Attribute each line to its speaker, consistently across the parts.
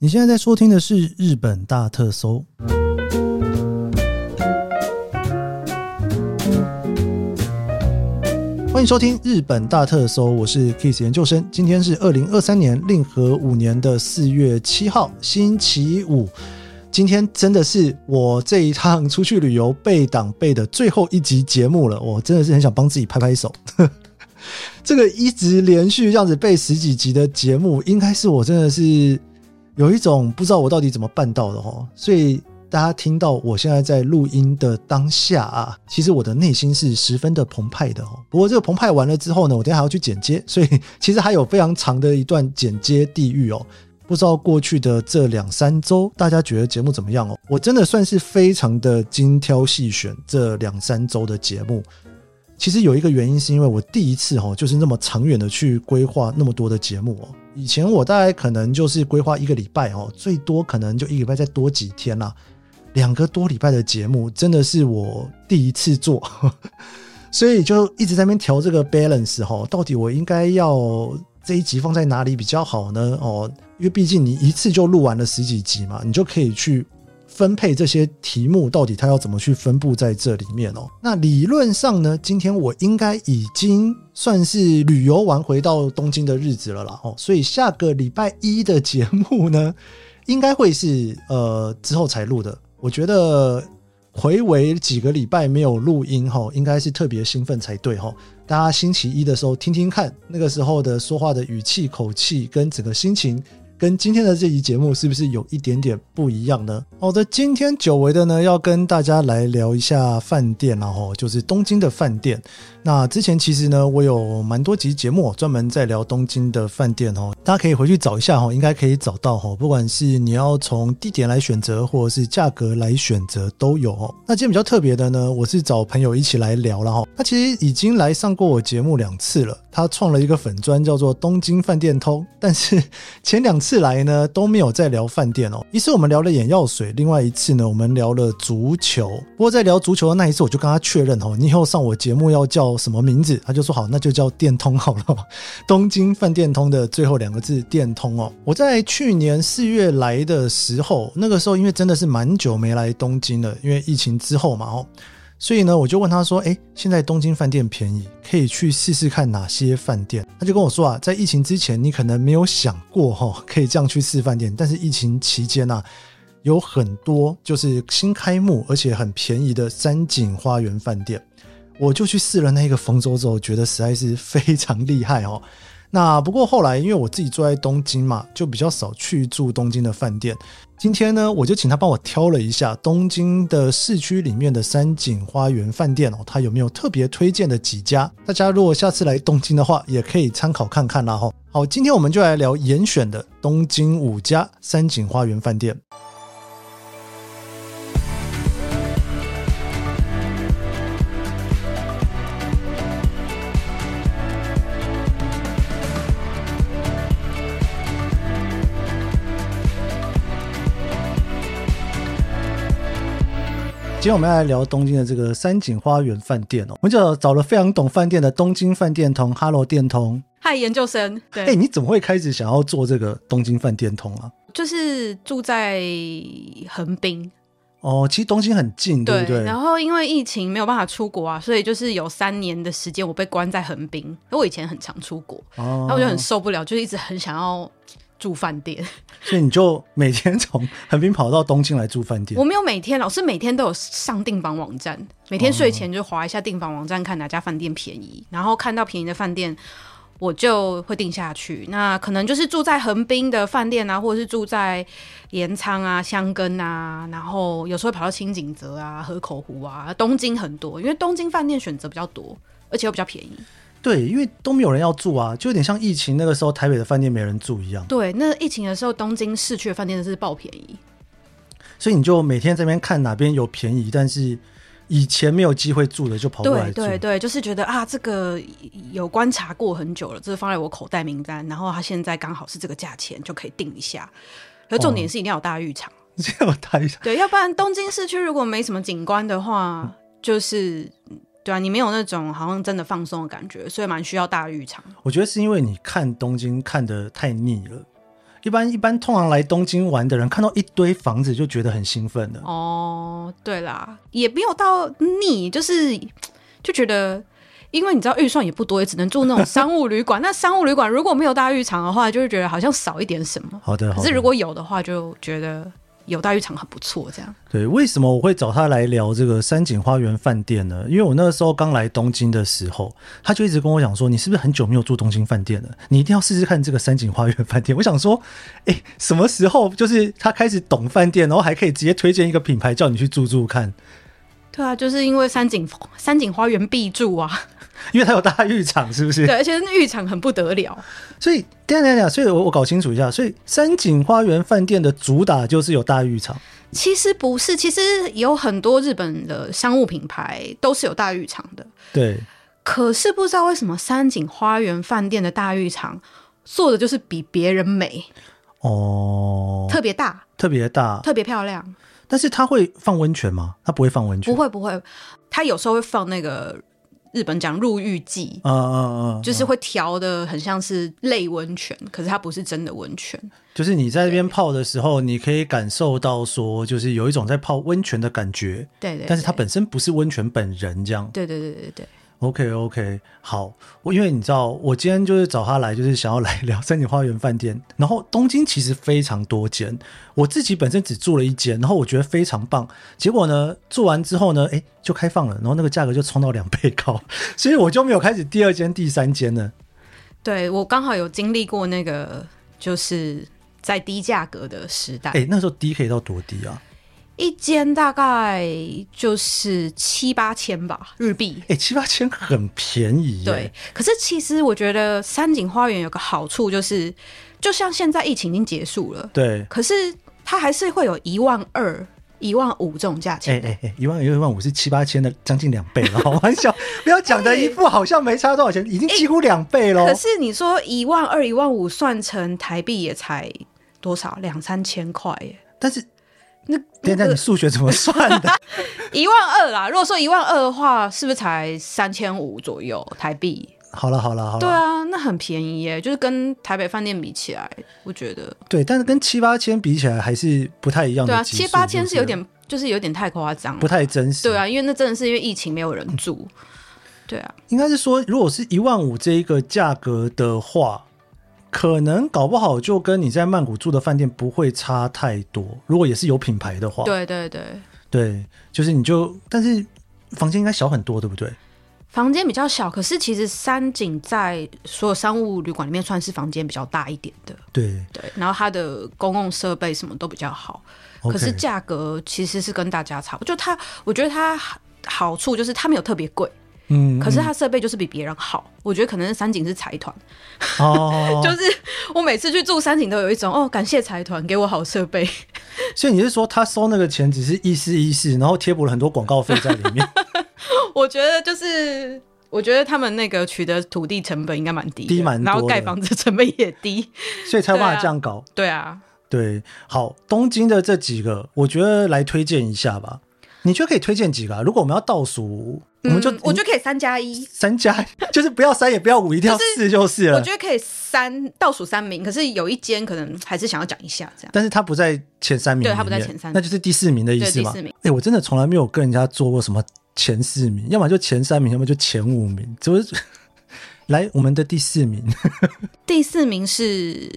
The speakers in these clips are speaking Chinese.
Speaker 1: 你现在在收听的是《日本大特搜》。欢迎收听《日本大特搜》，我是 Kiss 研究生。今天是二零二三年令和五年的四月七号，星期五。今天真的是我这一趟出去旅游被挡背的最后一集节目了，我真的是很想帮自己拍拍手。 这个一直连续这样子背十几集的节目，应该是我真的是有一种不知道我到底怎么办到的哦。所以大家听到我现在在录音的当下啊，其实我的内心是十分的澎湃的哦。不过这个澎湃完了之后呢，我等一下还要去剪接，所以其实还有非常长的一段剪接地狱哦。不知道过去的这两三周，大家觉得节目怎么样哦？我真的算是非常的精挑细选这两三周的节目。其实有一个原因是因为我第一次哈、哦，就是那么长远的去规划那么多的节目哦。以前我大概可能就是规划一个礼拜哦，最多可能就一个礼拜再多几天啦、两个多礼拜的节目，真的是我第一次做，所以就一直在那边调这个 balance 哈、哦，到底我应该要这一集放在哪里比较好呢？哦，因为毕竟你一次就录完了十几集嘛，你就可以去分配这些题目到底它要怎么去分布在这里面哦。那理论上呢，今天我应该已经算是旅游完回到东京的日子了啦哦，所以下个礼拜一的节目呢，应该会是呃之后才录的。我觉得回违几个礼拜没有录音哈，应该是特别兴奋才对哈。大家星期一的时候听听看，那个时候的说话的语气、口气跟整个心情，跟今天的这期节目是不是有一点点不一样呢？好的，今天久违的呢，要跟大家来聊一下饭店然后就是东京的饭店。那之前其实呢，我有蛮多集节目哦专门在聊东京的饭店哦，大家可以回去找一下哦，应该可以找到哦。不管是你要从地点来选择，或者是价格来选择都有哦。那今天比较特别的呢，我是找朋友一起来聊了哈。他其实已经来上过我节目两次了，他创了一个粉专叫做东京饭店通，但是前两次来呢都没有在聊饭店哦。一次我们聊了眼药水，另外一次呢我们聊了足球。不过在聊足球的那一次，我就跟他确认哦，你以后上我节目要叫什么名字？他就说好，那就叫电通好了哦。东京饭店通的最后两个字“电通”哦。我在去年四月来的时候，那个时候因为真的是蛮久没来东京了，因为疫情之后嘛哦，所以呢我就问他说：“诶，现在东京饭店便宜，可以去试试看哪些饭店？”他就跟我说啊，在疫情之前你可能没有想过哈、哦，可以这样去试饭店，但是疫情期间啊。有很多就是新开幕而且很便宜的山景花园饭店，我就去试了那个丰州之后，觉得实在是非常厉害哦。那不过后来因为我自己住在东京嘛，就比较少去住东京的饭店。今天呢，我就请他帮我挑了一下东京的市区里面的山景花园饭店哦，他有没有特别推荐的几家？大家如果下次来东京的话，也可以参考看看啦哈、哦。好，今天我们就来聊严选的东京五家山景花园饭店。今天我们要来聊东京的这个山景花园饭店哦，我们就找了非常懂饭店的东京饭店通、Hello 店通。
Speaker 2: 嗨，研究生，对，
Speaker 1: 哎，你怎么会开始想要做这个东京饭店通啊？
Speaker 2: 就是住在横滨，
Speaker 1: 哦，其实东京很近，对不对？
Speaker 2: 然后因为疫情没有办法出国啊，所以就是有三年的时间我被关在横滨。我以前很常出国，
Speaker 1: 哦
Speaker 2: 然后我就很受不了，就是一直很想要住饭店。
Speaker 1: 所以你就每天从横滨跑到东京来住饭店
Speaker 2: 我。没有每天，老师每天都有上订房网站，每天睡前就划一下订房网站，看哪家饭店便宜，然后看到便宜的饭店。我就会定下去，那可能就是住在横滨的饭店啊，或者是住在镰仓啊、箱根啊，然后有时候会跑到清景泽啊、河口湖啊。东京很多，因为东京饭店选择比较多，而且又比较便宜。
Speaker 1: 对，因为都没有人要住啊，就有点像疫情那个时候台北的饭店没人住一样。
Speaker 2: 对，那疫情的时候，东京市区的饭店真是爆便宜。
Speaker 1: 所以你就每天在那边看哪边有便宜，但是以前没有机会住的就跑过来
Speaker 2: 对
Speaker 1: 住。
Speaker 2: 对对，就是觉得啊，这个有观察过很久了，这是放在我口袋名单，然后它现在刚好是这个价钱，就可以定一下。可重点是一定要有大浴场，
Speaker 1: 这样台
Speaker 2: 对，要不然东京市区如果没什么景观的话，就是对啊，你没有那种好像真的放松的感觉，所以蛮需要大浴场。
Speaker 1: 我觉得是因为你看东京看的太腻了，一般一般通常来东京玩的人，看到一堆房子就觉得很兴奋的。
Speaker 2: 哦，对啦，也没有到腻，就是就觉得。因为你知道预算也不多，也只能住那种商务旅馆。那商务旅馆如果没有大浴场的话，就会觉得好像少一点什么。
Speaker 1: 好的，好
Speaker 2: 可
Speaker 1: 的
Speaker 2: 是如果有的话，就觉得有大浴场很不错。这样
Speaker 1: 对，为什么我会找他来聊这个山景花园饭店呢？因为我那个时候刚来东京的时候，他就一直跟我讲说，你是不是很久没有住东京饭店了？你一定要试试看这个山景花园饭店。我想说，哎，什么时候就是他开始懂饭店，然后还可以直接推荐一个品牌叫你去住住看，
Speaker 2: 对啊，就是因为山景山景花园必住啊，
Speaker 1: 因为他有大浴场，是不是
Speaker 2: 对，？而且那浴场很不得了。
Speaker 1: 所以，等一下等一下，所以我我搞清楚一下，所以山景花园饭店的主打就是有大浴场。
Speaker 2: 其实不是，其实有很多日本的商务品牌都是有大浴场的，
Speaker 1: 对，
Speaker 2: 可是不知道为什么山景花园饭店的大浴场做的就是比别人美，
Speaker 1: 哦，啊
Speaker 2: 特别大，
Speaker 1: 特别大，
Speaker 2: 特别漂亮。
Speaker 1: 但是他会放温泉吗？他不会放温泉
Speaker 2: 不。会不会，他有时候会放那个日本讲入浴剂。
Speaker 1: 嗯嗯嗯，
Speaker 2: 就是会调的很像是类温泉，可是它不是真的温泉。
Speaker 1: 就是你在那边泡的时候，你可以感受到说，就是有一种在泡温泉的感觉，
Speaker 2: 对对对，
Speaker 1: 但是它本身不是温泉本人这样。
Speaker 2: 对对对对对
Speaker 1: OK OK，好，我因为你知道，我今天就是找他来，就是想要来聊三井花园饭店。然后东京其实非常多间，我自己本身只住了一间，然后我觉得非常棒。结果呢，住完之后呢，哎，就开放了，然后那个价格就冲到两倍高，所以我就没有开始第二间、第三间了。
Speaker 2: 对，我刚好有经历过那个就是在低价格的时代，
Speaker 1: 哎，那时候低可以到多低啊？
Speaker 2: 一间大概就是七八千吧日币。
Speaker 1: 哎，七八千很便宜耶。
Speaker 2: 对，可是其实我觉得山景花园有个好处就是，就像现在疫情已经结束了，
Speaker 1: 对，
Speaker 2: 可是它还是会有一万二、一万五这种价钱。
Speaker 1: 哎哎哎，一万一万五是七八千的将近两倍了，好玩 笑，不要讲的一副好像没差多少钱，已经几乎两倍喽
Speaker 2: 哎可。是你说一万二、一万五算成台币也才多少？两三千块耶。
Speaker 1: 但是
Speaker 2: 那
Speaker 1: 等
Speaker 2: 那
Speaker 1: 一下，你
Speaker 2: 个
Speaker 1: 数学怎么算 的？
Speaker 2: 一万二啦，如果说一万二的话，是不是才三千五左右台币？
Speaker 1: 好了好了好
Speaker 2: 对
Speaker 1: 了，
Speaker 2: 啊，那很便宜耶，就是跟台北饭店比起来，我觉得
Speaker 1: 对，但是跟七八千比起来还是不太一样
Speaker 2: 对啊，
Speaker 1: 的级数。
Speaker 2: 七八千
Speaker 1: 就是
Speaker 2: 有点，就是有点太夸张了
Speaker 1: 不。太真实。
Speaker 2: 对，啊，因为那真的是因为疫情没有人住。对啊，
Speaker 1: 应该是说，如果是一万五这一个价格的话，可能搞不好就跟你在曼谷住的饭店不会差太多。如果也是有品牌的话，
Speaker 2: 对对对，
Speaker 1: 对，就是你就，但是房间应该小很多，对不对？
Speaker 2: 房间比较小，可是其实山景在所有商务旅馆里面算是房间比较大一点的。
Speaker 1: 对，
Speaker 2: 对，然后它的公共设备什么都比较好，可
Speaker 1: OK
Speaker 2: 是价格其实是跟大家差不多。就它，我觉得它好好处就是它没有特别贵，
Speaker 1: 嗯，
Speaker 2: 可是它设备就是比别人好。我觉得可能是三井是财团，
Speaker 1: 哦，
Speaker 2: 就是我每次去住三井都有一种哦，感谢财团给我好设备。
Speaker 1: 所以你是说他收那个钱只是意思意思，然后贴补了很多广告费在里 面，
Speaker 2: 我觉得就是。我觉得他们那个取得土地成本应该蛮低的，
Speaker 1: 低蛮多的
Speaker 2: 然后盖房子成本也低。
Speaker 1: 所以才有办法这样搞。
Speaker 2: 对啊，
Speaker 1: 对，好，东京的这几个，我觉得来推荐一下吧。你觉得可以推荐几个啊？如果我们要倒数，我 们就、
Speaker 2: 嗯、我觉得可以三加一，
Speaker 1: 三加， 就是不要三也不要五，一定要四就是
Speaker 2: 我
Speaker 1: 了。
Speaker 2: 觉得可以三倒数三名，可是有一间可能还是想要讲一下这样。
Speaker 1: 但是他不在前三名里面，
Speaker 2: 对他不在前三
Speaker 1: 那就是第四名的意思嘛。
Speaker 2: 对第四名
Speaker 1: 哎、我真的从来没有跟人家做过什么前四名，要么就前三名，要么就前五名，怎么？ 来，我们的第四 名，
Speaker 2: 第四名是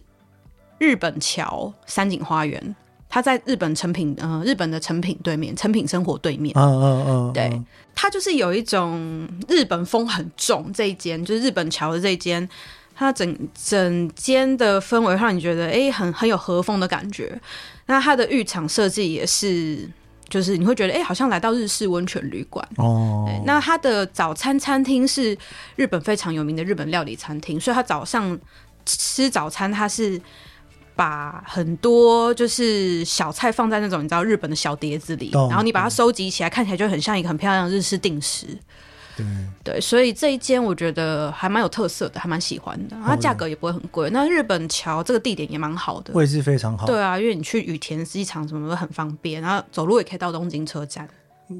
Speaker 2: 日本桥山景花园，它在日本成品，呃，日本的成品对面，成品生活对面。
Speaker 1: 嗯嗯嗯，
Speaker 2: 对
Speaker 1: 嗯，
Speaker 2: 它就是有一种日本风很重，这一间就是日本桥的这一间，它整整间的氛围让你觉得，诶，很很有和风的感觉。那它的浴场设计也是，就是你会觉得，诶，好像来到日式温泉旅馆。
Speaker 1: 哦，
Speaker 2: 对，那它的早餐餐厅是日本非常有名的日本料理餐厅，所以它早上吃早餐，它是把很多就是小菜放在那种你知道日本的小碟子里，
Speaker 1: 懂
Speaker 2: 然后你把它收集起来，看起来就很像一个很漂亮的日式定食。
Speaker 1: 对，
Speaker 2: 对，所以这一间我觉得还蛮有特色的，还蛮喜欢的。它价格也不会很贵。那日本桥这个地点也蛮好的，
Speaker 1: 位置非常好，
Speaker 2: 对啊，因为你去羽田机场什么的很方便，然后走路也可以到东京车站。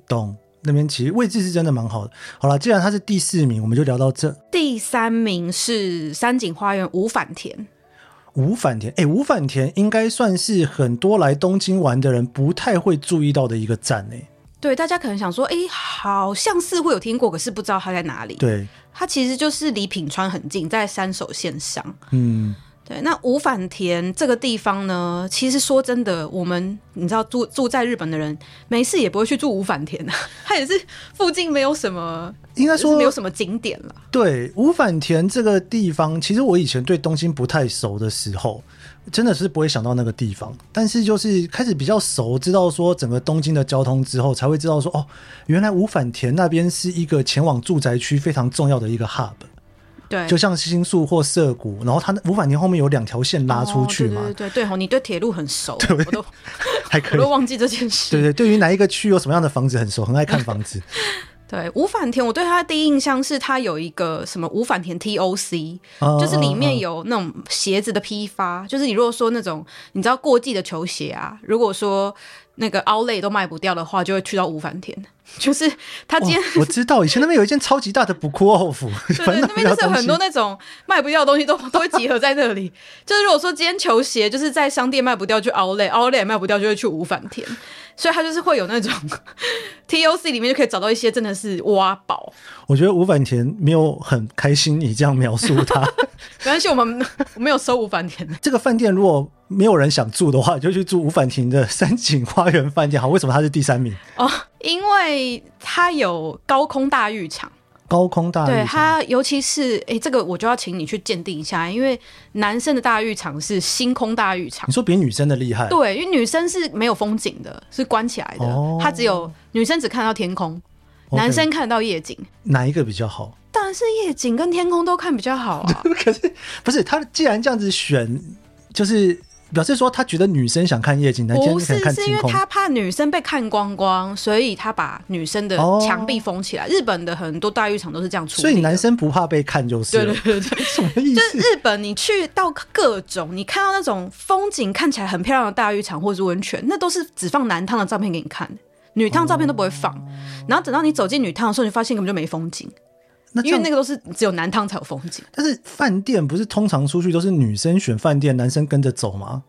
Speaker 1: 懂。那边其实位置是真的蛮好的。好了，既然他是第四名，我们就聊到这。
Speaker 2: 第三名是山景花园五反田，
Speaker 1: 五反田，哎，五反田应该算是很多来东京玩的人不太会注意到的一个站欸诶。
Speaker 2: 对，大家可能想说，哎，好像似会有听过，可是不知道它在哪里。
Speaker 1: 对，
Speaker 2: 它其实就是离品川很近，在山手线上。
Speaker 1: 嗯，
Speaker 2: 对，那五反田这个地方呢，其实说真的，我们你知道住住在日本的人，没事也不会去住五反田啊，它也是附近没有什么，
Speaker 1: 应该
Speaker 2: 就是
Speaker 1: 说
Speaker 2: 没有什么景点了。
Speaker 1: 对，五反田这个地方，其实我以前对东京不太熟的时候，真的是不会想到那个地方。但是就是开始比较熟，知道说整个东京的交通之后，才会知道说哦，原来五反田那边是一个前往住宅区非常重要的一个 hub，
Speaker 2: 对，
Speaker 1: 就像新宿或涩谷，然后它那五反田后面有两条线拉出去嘛，
Speaker 2: 哦对对对对，吼，你对铁路很熟，我都
Speaker 1: 还
Speaker 2: 我
Speaker 1: 可以
Speaker 2: 都。忘记这件事。
Speaker 1: 对对，对于哪一个区有什么样的房子很熟，很爱看房子。
Speaker 2: 对，五反田，我对它的第一印象是它有一个什么五反田 TOC，、
Speaker 1: 啊
Speaker 2: 就是里面
Speaker 1: 啊
Speaker 2: 有那种鞋子的批发，就是你如果说那种你知道过季的球鞋啊，如果说那个 Outlet 都卖不掉的话，就会去到五反田， 就是它
Speaker 1: 啊
Speaker 2: 今天。
Speaker 1: 哦我知道以前那边有一间超级大的 b o o k o f
Speaker 2: 对
Speaker 1: 反正
Speaker 2: 对，那边就是有
Speaker 1: 东
Speaker 2: 很
Speaker 1: 西
Speaker 2: 多那种卖不掉的东西都都会集合在那里。 就是如果说今天球鞋就是在商店卖不掉，就 Outlet，Outlet 也卖不掉就会去五反田，所以它就是会有那种 TOC 里面就可以找到一些真的是挖宝。
Speaker 1: 我觉得吴反田没有很开心你这样描述 他。
Speaker 2: 没关系，我们我没有收五反田的。
Speaker 1: 这个饭店如果没有人想住的话，就去住吴反田的山景花园饭店。好，为什么它是第三名？
Speaker 2: 哦，因为它有高空大浴场，
Speaker 1: 高空大
Speaker 2: 对
Speaker 1: 浴场，
Speaker 2: 它尤其是诶，这个我就要请你去鉴定一下，因为男生的大浴场是星空大浴场
Speaker 1: 你，说比女生的厉害？
Speaker 2: 对，因为女生是没有风景的，是关起来的，
Speaker 1: 哦
Speaker 2: 它只有女生只看到天空，
Speaker 1: OK
Speaker 2: 男生看得到夜景，
Speaker 1: 哪一个比较好？
Speaker 2: 当然是夜景跟天空都看比较好啊。
Speaker 1: 可是不是他既然这样子选，就是表示说他觉得女生想看夜景， 男生
Speaker 2: 不
Speaker 1: 想
Speaker 2: 是，
Speaker 1: 看
Speaker 2: 是因
Speaker 1: 天
Speaker 2: 为
Speaker 1: 空。
Speaker 2: 他怕女生被看光光，所以他把女生的
Speaker 1: 哦
Speaker 2: 墙壁封起来。日本的很多大浴场都是这样处理
Speaker 1: 所
Speaker 2: 的，
Speaker 1: 以男生不怕被看就是
Speaker 2: 对
Speaker 1: 了
Speaker 2: 对，对 对。
Speaker 1: 什么意
Speaker 2: 就是
Speaker 1: 思？
Speaker 2: 日本，你去到各种，你看到那种风景看起来很漂亮的大浴场或是温泉，那都是只放男汤的照片给你看，女汤照片都不会放。然后等到你走进女汤的时候，你发现根本就没风景，
Speaker 1: 那这
Speaker 2: 因为
Speaker 1: 样
Speaker 2: 那个都是只有男汤才有风景。
Speaker 1: 但是饭店不是通常出去都是女生选饭店，男生跟着走吗？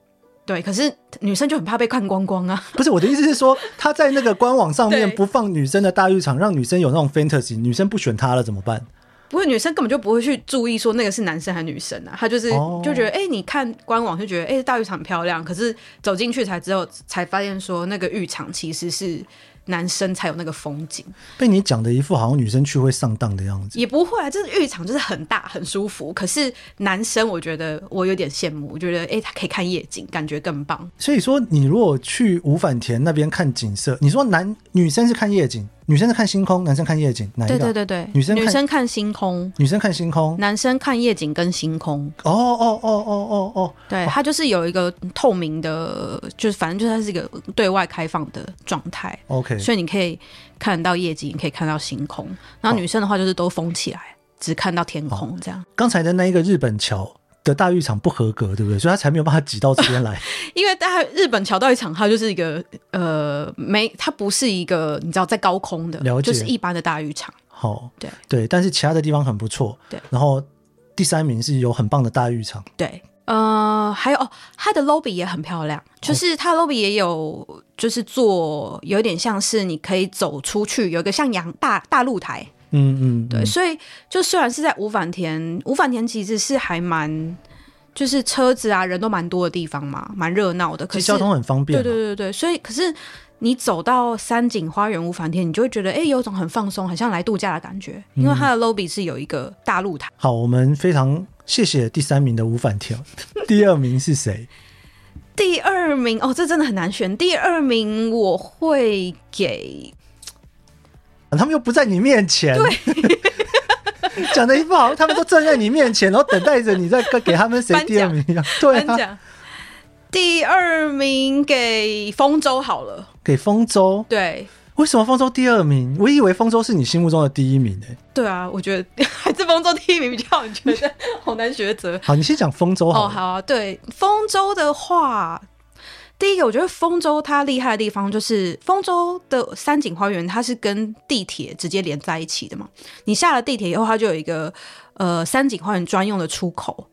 Speaker 2: 对，可是女生就很怕被看光光啊。
Speaker 1: 不是我的意思是说，他在那个官网上面
Speaker 2: 对
Speaker 1: 不放女生的大浴场，让女生有那种 fantasy，女生不选他了怎么办？
Speaker 2: 不过女生根本就不会去注意说那个是男生还是女生啊，她就是
Speaker 1: 哦
Speaker 2: 就觉得，哎、你看官网就觉得，哎、大浴场很漂亮，可是走进去才知道，才发现说那个浴场其实是男生才有那个风景。
Speaker 1: 被你讲的一副好像女生去会上当的样子。
Speaker 2: 也不会啊，就是浴场就是很大很舒服。可是男生，我觉得我有点羡慕，我觉得诶，他可以看夜景，感觉更棒。
Speaker 1: 所以说，你如果去五反田那边看景色，你说男女生是看夜景，女生是看星空，男生看夜景，哪一个？
Speaker 2: 对对对对，
Speaker 1: 女生看
Speaker 2: 女生看星空，
Speaker 1: 女生看星空。
Speaker 2: 男生看夜景跟星空。
Speaker 1: 哦哦哦哦哦哦，
Speaker 2: 对，它就是有一个透明的，就是反正就是它是一个对外开放的状态，
Speaker 1: OK，
Speaker 2: 所以你可以看得到夜景，你可以看到星空。然
Speaker 1: 哦
Speaker 2: 后女生的话就是都封起来，只看到天空这样。
Speaker 1: 刚才的那一个日本桥的大浴场不合格，对不对？所以他才没有办法挤到这边来。
Speaker 2: 因为大家日本桥道一场，它就是一个呃，没，它不是一个你知道在高空的，
Speaker 1: 了解
Speaker 2: 就是一般的大浴场。
Speaker 1: 好，
Speaker 2: 对
Speaker 1: 对，但是其他的地方很不错。
Speaker 2: 对，
Speaker 1: 然后第三名是有很棒的大浴场。
Speaker 2: 对，呃，还有哦，它的 lobby 也很漂亮，就是它 lobby 也有，就是做有点像是你可以走出去，有一个像阳大大露台。
Speaker 1: 嗯嗯，
Speaker 2: 对，
Speaker 1: 嗯
Speaker 2: 所以就虽然是在五反田，五反田其实是还蛮。就是车子啊，人都蛮多的地方嘛，蛮热闹的。可
Speaker 1: 其
Speaker 2: 是
Speaker 1: 实交通很方便
Speaker 2: 对
Speaker 1: 嘛。
Speaker 2: 对对对，所以可是你走到山景花园无反天，你就会觉得哎、诶有一种很放松，很像来度假的感觉，
Speaker 1: 嗯
Speaker 2: 因为它的 lobby 是有一个大露台。
Speaker 1: 好，我们非常谢谢第三名的吴反 田，第二名是谁？
Speaker 2: 第二名哦，这真的很难选。第二名我会给，
Speaker 1: 啊他们又不在你面前。对。 讲的一副好像他们都站在你面前，然后等待着你再给他们谁
Speaker 2: 颁奖
Speaker 1: 第二名一样。对
Speaker 2: 颁
Speaker 1: 啊，
Speaker 2: 奖。第二名给丰州好了，
Speaker 1: 给丰州。
Speaker 2: 对
Speaker 1: 为什么丰州第二名？我以为丰州是你心目中的第一名欸诶、
Speaker 2: 对啊，我觉得 还是丰州第一名比较好，你觉得好难抉择。
Speaker 1: 好，你先讲丰州好
Speaker 2: 哦，
Speaker 1: 了。
Speaker 2: 好、啊，对，丰州的话，第一个我觉得丰州它厉害的地方就是丰州的山景花园，它是跟地铁直接连在一起的嘛。你下了地铁以后，它就有一个呃山景花园专用的出口。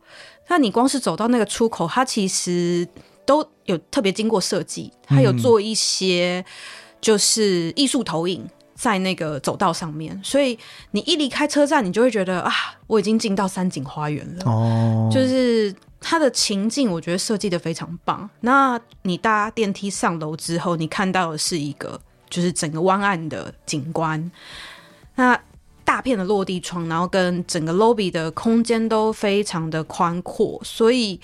Speaker 2: 那你光是走到那个出口，它其实都有特别经过设计，它有做一些就是艺术投影在那个走道上面，所以你一离开车站，你就会觉得啊，我已经进到三井花园了。
Speaker 1: 哦，
Speaker 2: 就是它的情境，我觉得设计的非常棒。那你搭电梯上楼之后，你看到的是一个就是整个湾岸的景观，那大片的落地窗，然后跟整个 lobby 的空间都非常的宽阔，所以。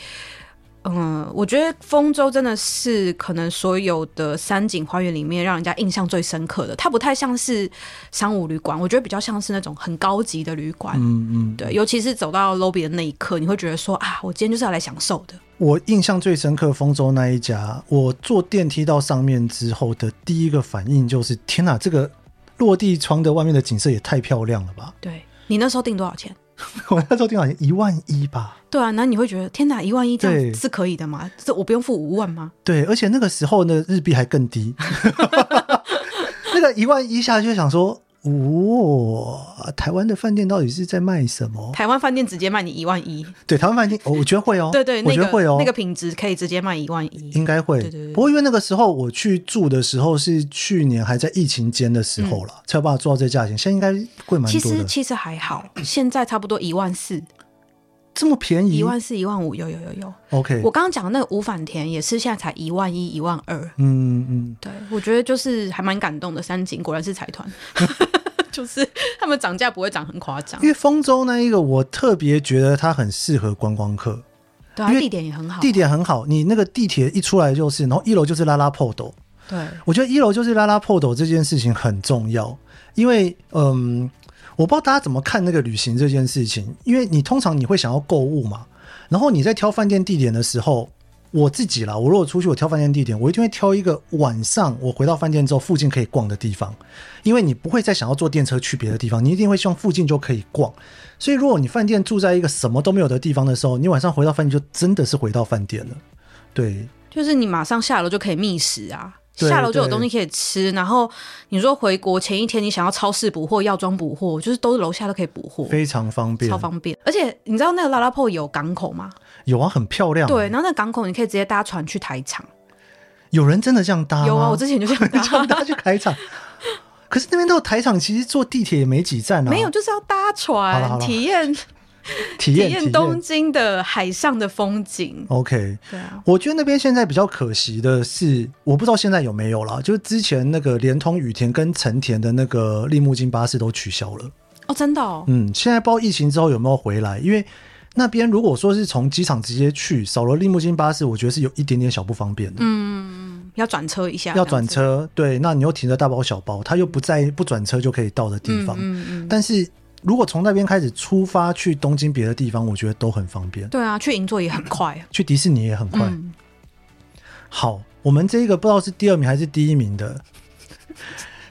Speaker 2: 嗯，我觉得丰州真的是可能所有的山景花园里面让人家印象最深刻的。它不太像是商务旅馆，我觉得比较像是那种很高级的旅馆。
Speaker 1: 嗯嗯，
Speaker 2: 对，尤其是走到 lobby 的那一刻，你会觉得说啊，我今天就是要来享受的。
Speaker 1: 我印象最深刻，丰州那一家，我坐电梯到上面之后的第一个反应就是：天哪，这个落地窗的外面的景色也太漂亮了吧！
Speaker 2: 对你那时候订多少钱？
Speaker 1: 我那时候听好像一万一吧。
Speaker 2: 对啊，那你会觉得天哪，一万一这
Speaker 1: 对
Speaker 2: 样是可以的吗？这我不用付五万吗？
Speaker 1: 对，而且那个时候呢，日币还更低， 那个一万一下去就想说，哦，台湾的饭店到底是在卖什么？
Speaker 2: 台湾饭店直接卖你一万一，
Speaker 1: 对，台湾饭店，哦，我觉得会哦，
Speaker 2: 对对，
Speaker 1: 我
Speaker 2: 那
Speaker 1: 觉得
Speaker 2: 个
Speaker 1: 会哦，
Speaker 2: 那个品质可以直接卖一万一。
Speaker 1: 应该会。
Speaker 2: 对对对
Speaker 1: 不过因为那个时候我去住的时候是去年还在疫情间的时候了，才有办法做到这价钱。现在应该贵蛮
Speaker 2: 其
Speaker 1: 多
Speaker 2: 实
Speaker 1: 的，
Speaker 2: 嗯其实还好，现在差不多一万四、
Speaker 1: 这么便宜
Speaker 2: 一万四、一万五，有有有有。
Speaker 1: ？OK，
Speaker 2: 我刚刚讲的那个五反田也是现在才一万一、一万二。
Speaker 1: 嗯嗯，
Speaker 2: 对，我觉得就是还蛮感动的。三井果然是财团， 就是他们涨价不会涨很夸张
Speaker 1: 因。为丰州那一个我特别觉得它很适合观光客，
Speaker 2: 对啊，
Speaker 1: 因为
Speaker 2: 地点也很好。
Speaker 1: 地点很好，你那个地铁一出来就是，然后一楼就是拉拉破斗。
Speaker 2: 对，
Speaker 1: 我觉得一楼就是拉拉破斗这件事情很重要，因为嗯，我不知道大家怎么看那个旅行这件事情，因为你通常你会想要购物嘛，然后你在挑饭店地点的时候，我自己啦，我如果出去我挑饭店地点，我一定会挑一个晚上我回到饭店之后附近可以逛的地方，因为你不会再想要坐电车去别的地方，你一定会希望附近就可以逛。所以如果你饭店住在一个什么都没有的地方的时候，你晚上回到饭店就真的是回到饭店了，对。
Speaker 2: 就是你马上下楼就可以觅食啊，
Speaker 1: 对
Speaker 2: 下楼就有
Speaker 1: 对
Speaker 2: 东西可以吃。然后你说回国前一天，你想要超市补货、药妆补货，就是都楼下都可以补货，
Speaker 1: 非常方便
Speaker 2: 超，方便。而且你知道那个拉拉破有港口吗？
Speaker 1: 有啊，很漂亮。
Speaker 2: 对，然后那个港口你可以直接搭船去台场。
Speaker 1: 有人真的这样搭吗？
Speaker 2: 有啊，我之前就想
Speaker 1: 叫
Speaker 2: 搭，
Speaker 1: 大家去台 场。可是那边到台场，其实坐地铁也没几站啊。
Speaker 2: 没有就是要搭
Speaker 1: 好了好了
Speaker 2: 船体验
Speaker 1: 体
Speaker 2: 体
Speaker 1: 验哦
Speaker 2: 验东京的海上的风景。
Speaker 1: OK，
Speaker 2: 对啊，
Speaker 1: 我觉得那边现在比较可惜的是，我不知道现在有没有啦。就是之前那个联通、羽田跟成田的那个立木金巴士都取消了。
Speaker 2: 哦，真的哦，
Speaker 1: 嗯，现在不知道疫情之后有没有回来，因为那边如果说是从机场直接去，少了立木金巴士，我觉得是有一点点小不方便的。
Speaker 2: 要转车一下，
Speaker 1: 要转
Speaker 2: 这样子。
Speaker 1: 车，对，那你又停着大包小包，它又不在不转车就可以到的地方。
Speaker 2: 嗯嗯嗯，
Speaker 1: 但是如果从那边开始出发去东京别的地方，我觉得都很方便，
Speaker 2: 对啊，去银座也很快啊。
Speaker 1: 去迪士尼也很快。
Speaker 2: 嗯，
Speaker 1: 好，我们这个不知道是第二名还是第一名的，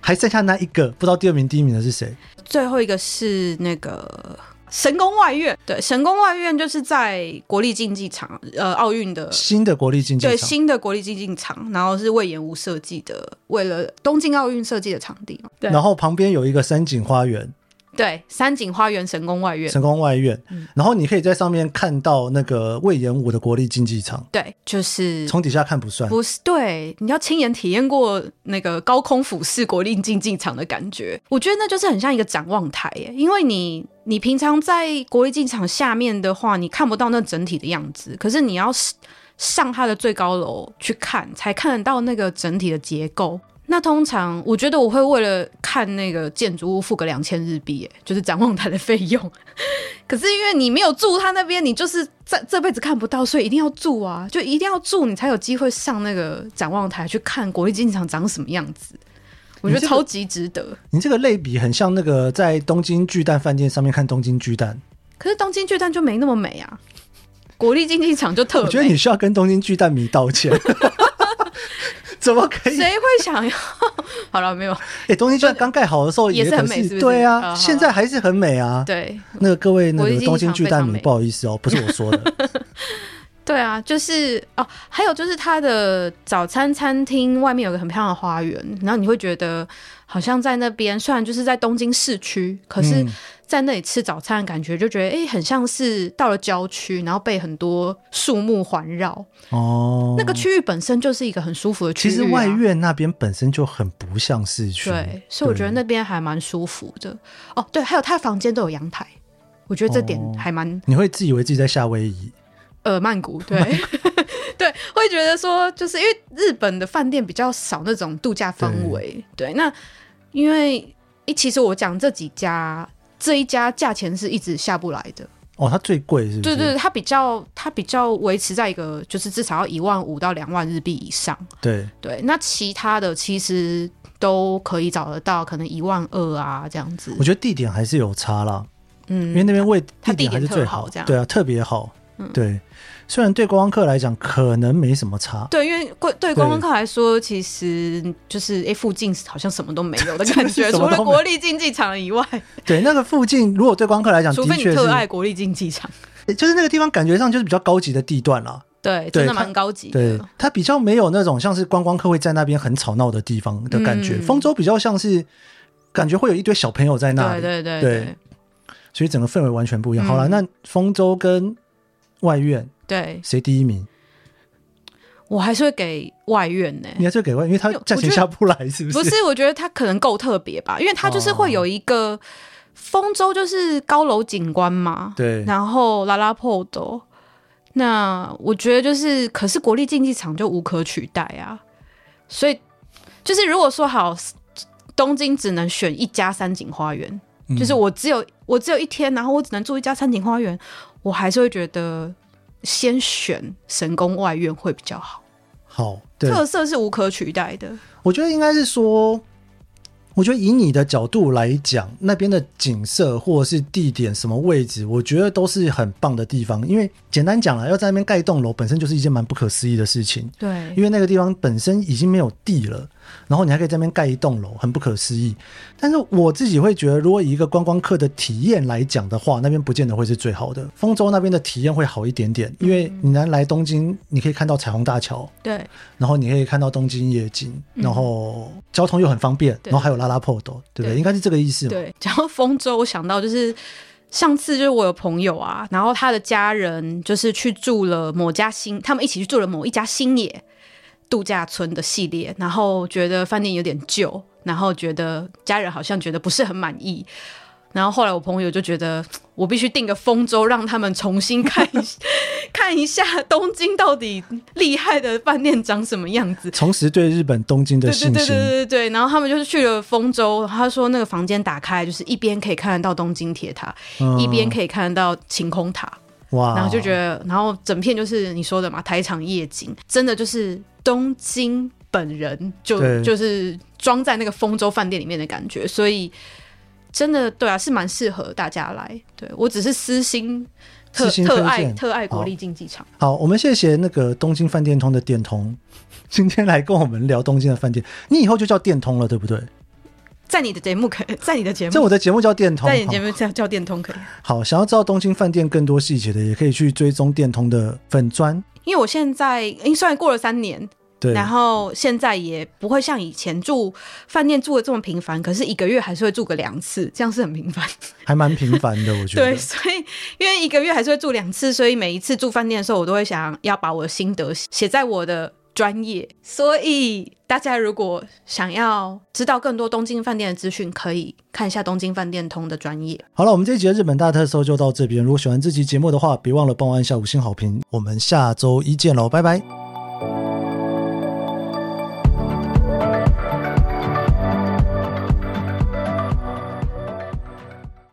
Speaker 1: 还剩下那一个，不知道第二名、第一名的是谁？
Speaker 2: 最后一个是那个神宫外苑，对，神宫外苑就是在国立竞技场，呃，奥运的。
Speaker 1: 新的国立竞技
Speaker 2: 对
Speaker 1: 场。
Speaker 2: 新的国立竞技场，然后是魏延吾设计的，为了东京奥运设计的场地嘛。对
Speaker 1: 然后旁边有一个山景花园、
Speaker 2: 对，三井花园神宫外苑，
Speaker 1: 成功外苑，
Speaker 2: 嗯
Speaker 1: 然后你可以在上面看到那个魏延武的国立竞技场，
Speaker 2: 对，就是
Speaker 1: 从底下看不算。
Speaker 2: 不是对，你要亲眼体验过那个高空俯视国立竞技场的感觉，我觉得那就是很像一个展望台耶，因为你你平常在国立竞技场下面的话，你看不到那整体的样子，可是你要是上它的最高楼去看，才看得到那个整体的结构。那通常我觉得我会为了看那个建筑物付个两千日币耶，就是展望台的费用。可是因为你没有住他那边，你就是在这辈子看不到，所以一定要住啊，就一定要住，你才有机会上那个展望台去看国立竞技场长什么样子。我觉
Speaker 1: 你这
Speaker 2: 得
Speaker 1: 个
Speaker 2: 超级值得。
Speaker 1: 你这个类比很像那个在东京巨蛋饭店上面看东京巨蛋，
Speaker 2: 可是东京巨蛋就没那么美啊，国立竞技场就特美。
Speaker 1: 我觉得你需要跟东京巨蛋迷道 歉。怎么可以？哎、
Speaker 2: 谁会想要？ 好了，没有
Speaker 1: 东京巨蛋刚盖好的时候
Speaker 2: 也是
Speaker 1: 可
Speaker 2: 很美是不是
Speaker 1: 对
Speaker 2: 哦好
Speaker 1: 啊，
Speaker 2: 了
Speaker 1: 现在还是很美啊。
Speaker 2: 对
Speaker 1: 那个各位那
Speaker 2: 我已
Speaker 1: 个
Speaker 2: 经
Speaker 1: 东京巨蛋迷，
Speaker 2: 非常美
Speaker 1: 不好意思哦，不是我说 的。
Speaker 2: 对啊，就是哦，还有就是它的早餐餐厅外面有个很漂亮的花园，然后你会觉得好像在那边，虽然就是在东京市区，可是
Speaker 1: 嗯
Speaker 2: 在那里吃早餐的感觉，就觉得哎、诶很像是到了郊区，然后被很多树木环绕。
Speaker 1: 哦，
Speaker 2: 那个区域本身就是一个很舒服的区
Speaker 1: 其
Speaker 2: 域、啊，
Speaker 1: 实外院那边本身就很不像市区，
Speaker 2: 对，所以我觉得那边还蛮舒服的。哦，对，还有他的房间都有阳台，我觉得这点
Speaker 1: 哦
Speaker 2: 还蛮、
Speaker 1: 你会自以为自己在夏威夷，
Speaker 2: 呃曼谷，对 对，会觉得说就是因为日本的饭店比较少那种度假氛围，对，那因为一其实我讲这几家。这一家价钱是一直下不来的，
Speaker 1: 哦，它最贵是不
Speaker 2: 对
Speaker 1: 是？
Speaker 2: 对，对它比较它比较维持在一个就是至少要一万五到两万日币以上，
Speaker 1: 对
Speaker 2: 对，那其他的其实都可以找得到，可能一万二啊这样子
Speaker 1: 我。觉得地点还是有差啦，
Speaker 2: 嗯，
Speaker 1: 因为那边位
Speaker 2: 它
Speaker 1: 点还是最
Speaker 2: 地点特好这样嗯
Speaker 1: 对啊，特别好，对。虽然对观光客来讲可能没什么差，
Speaker 2: 对，因为观对观光客来说，其实就是哎、诶附近好像什么都没有的感
Speaker 1: 真的
Speaker 2: 觉，
Speaker 1: 是什
Speaker 2: 除
Speaker 1: 么都没有
Speaker 2: 了国立竞技场以外，
Speaker 1: 对那个附近，如果对观光客来讲，
Speaker 2: 除
Speaker 1: 的
Speaker 2: 非你
Speaker 1: 确
Speaker 2: 特爱
Speaker 1: 是，
Speaker 2: 国立竞技场，
Speaker 1: 就是那个地方感觉上就是比较高级的地段啦，对
Speaker 2: 对，真
Speaker 1: 它
Speaker 2: 的蛮高级
Speaker 1: 对
Speaker 2: 的。，
Speaker 1: 它比较没有那种像是观光客会在那边很吵闹的地方的感觉。
Speaker 2: 嗯
Speaker 1: 丰州比较像是感觉会有一堆小朋友在那
Speaker 2: 对
Speaker 1: 里，
Speaker 2: 对对
Speaker 1: 对
Speaker 2: 对
Speaker 1: 所以整个氛围完全不一样。好了，
Speaker 2: 嗯
Speaker 1: 那丰州跟外院
Speaker 2: 对，
Speaker 1: 谁第一名？
Speaker 2: 我还是会给外院呢、
Speaker 1: 你还是给外，因为它价钱下不来，是不是？哦
Speaker 2: 不是，我觉得它可能够特别吧，因为它就是会有一个丰州，就是高楼景观嘛，
Speaker 1: 对
Speaker 2: 然后拉拉破斗。那我觉得就是，可是国立竞技场就无可取代啊，所以就是如果说好，东京只能选一家三井花园，
Speaker 1: 嗯
Speaker 2: 就是我只有我只有一天，然后我只能住一家三井花园，我还是会觉得先选神宫外苑会比较好，
Speaker 1: 好，对，
Speaker 2: 特色是无可取代的。
Speaker 1: 我觉得应该是说，我觉得以你的角度来讲，那边的景色或者是地点什么位置，我觉得都是很棒的地方。因为简单讲了，要在那边盖一栋楼，本身就是一件蛮不可思议的事情。
Speaker 2: 对
Speaker 1: 因，为那个地方本身已经没有地了，然后你还可以在那边盖一栋楼，很不可思议。但是我自己会觉得，如果以一个观光客的体验来讲的话，那边不见得会是最好的。丰州那边的体验会好一点点，因为你能来东京，你可以看到彩虹大桥，
Speaker 2: 对，
Speaker 1: 然后你可以看到东京夜景，
Speaker 2: 嗯
Speaker 1: 然后交通又很方便，
Speaker 2: 对
Speaker 1: 然后还有拉拉破斗，对不对？
Speaker 2: 对
Speaker 1: 应该是这个意思嘛？
Speaker 2: 对，讲到丰州，我想到就是上次就是我有朋友啊，然后他的家人就是去住了某家新，他们一起去住了某一家新野度假村的系列，然后觉得饭店有点旧，然后觉得家人好像觉得不是很满意。然后后来我朋友就觉得，我必须订个丰州，让他们重新看一 看一下东京到底厉害的饭店长什么样子。
Speaker 1: 重拾对日本东京的
Speaker 2: 对对
Speaker 1: 信
Speaker 2: 对对
Speaker 1: 心。
Speaker 2: 对对，然后他们就是去了丰州，他说那个房间打开就是一边可以看得到东京铁塔，
Speaker 1: 嗯
Speaker 2: 一边可以看得到晴空塔，
Speaker 1: 哇，
Speaker 2: 然后就觉得，然后整片就是你说的嘛，台场夜景，真的就是东京本人就
Speaker 1: 对
Speaker 2: 就是装在那个丰州饭店里面的感觉，所以真的对啊，是蛮适合大家来。对我只是私心特
Speaker 1: 私心推
Speaker 2: 特爱
Speaker 1: 荐
Speaker 2: 特爱国
Speaker 1: 好
Speaker 2: 立竞技场，
Speaker 1: 好，我们谢谢那个东京饭店通的电通，今天来跟我们聊东京的饭店。你以后就叫电通了，对不对？
Speaker 2: 在你的节目可以，在你的节
Speaker 1: 在
Speaker 2: 目，
Speaker 1: 我的节目叫电通。
Speaker 2: 在你的节
Speaker 1: 好
Speaker 2: 目叫叫电通可以。
Speaker 1: 好，想要知道东京饭店更多细节的，也可以去追踪电通的粉砖。
Speaker 2: 因为我现在，因为虽然过了三年，
Speaker 1: 对，
Speaker 2: 然后现在也不会像以前住饭店住的这么频繁，可是一个月还是会住个两次，这样是很频 繁。
Speaker 1: 还蛮频繁的，我觉得
Speaker 2: 对，。所以因为一个月还是会住两次，所以每一次住饭店的时候，我都会想要把我的心得写在我的专业。所以大家如果想要知道更多东京饭店的资讯，可以看一下东京饭店通的专业。
Speaker 1: 好了，我们这一集的日本大特搜就到这边。如果喜欢这期节目的话，别忘了帮我按下五星好评。我们下周一见喽，拜拜。